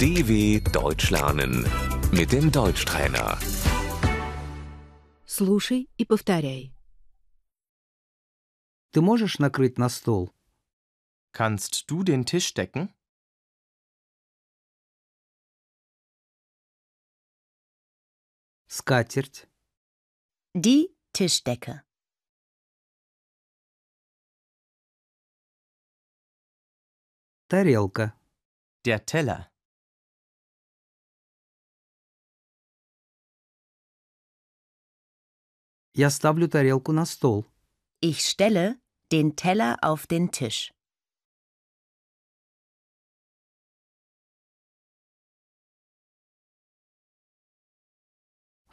DW Deutsch lernen mit dem Deutschtrainer. Слушай и повторяй. Ты можешь накрыть на стол? Kannst du den Tisch decken? Скатерть, Die Tischdecke. тарелка, Der Teller. я ставлю тарелку на стол, Ich stelle den Teller auf den Tisch.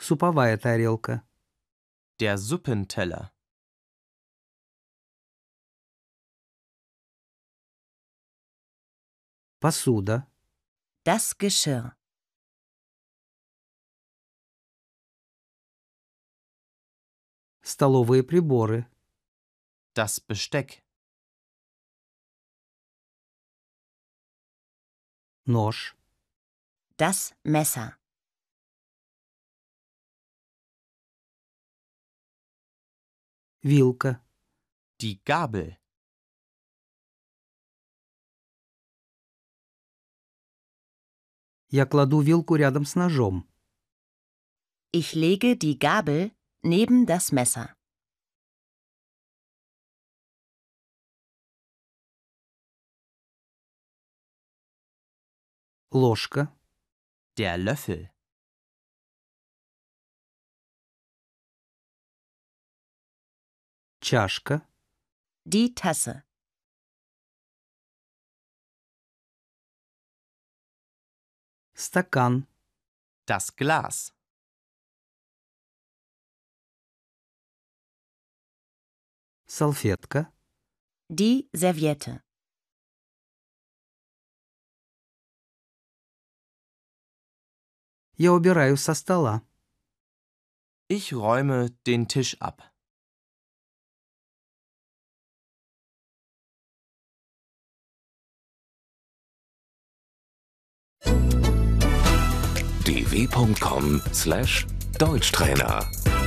суповая тарелка, Der Suppenteller. посуда, Das Geschirr. столовые приборы, Das Besteck. нож, Das Messer. вилка, Die Gabel. я кладу вилку рядом с ножом, Ich lege die Gabel neben das Messer. ложка, Der Löffel. чашка, Die Tasse. стакан, Das Glas. салфетка, Die Serviette. я убираю со стола, Ich räume den Tisch ab. dw.com/deutschtrainer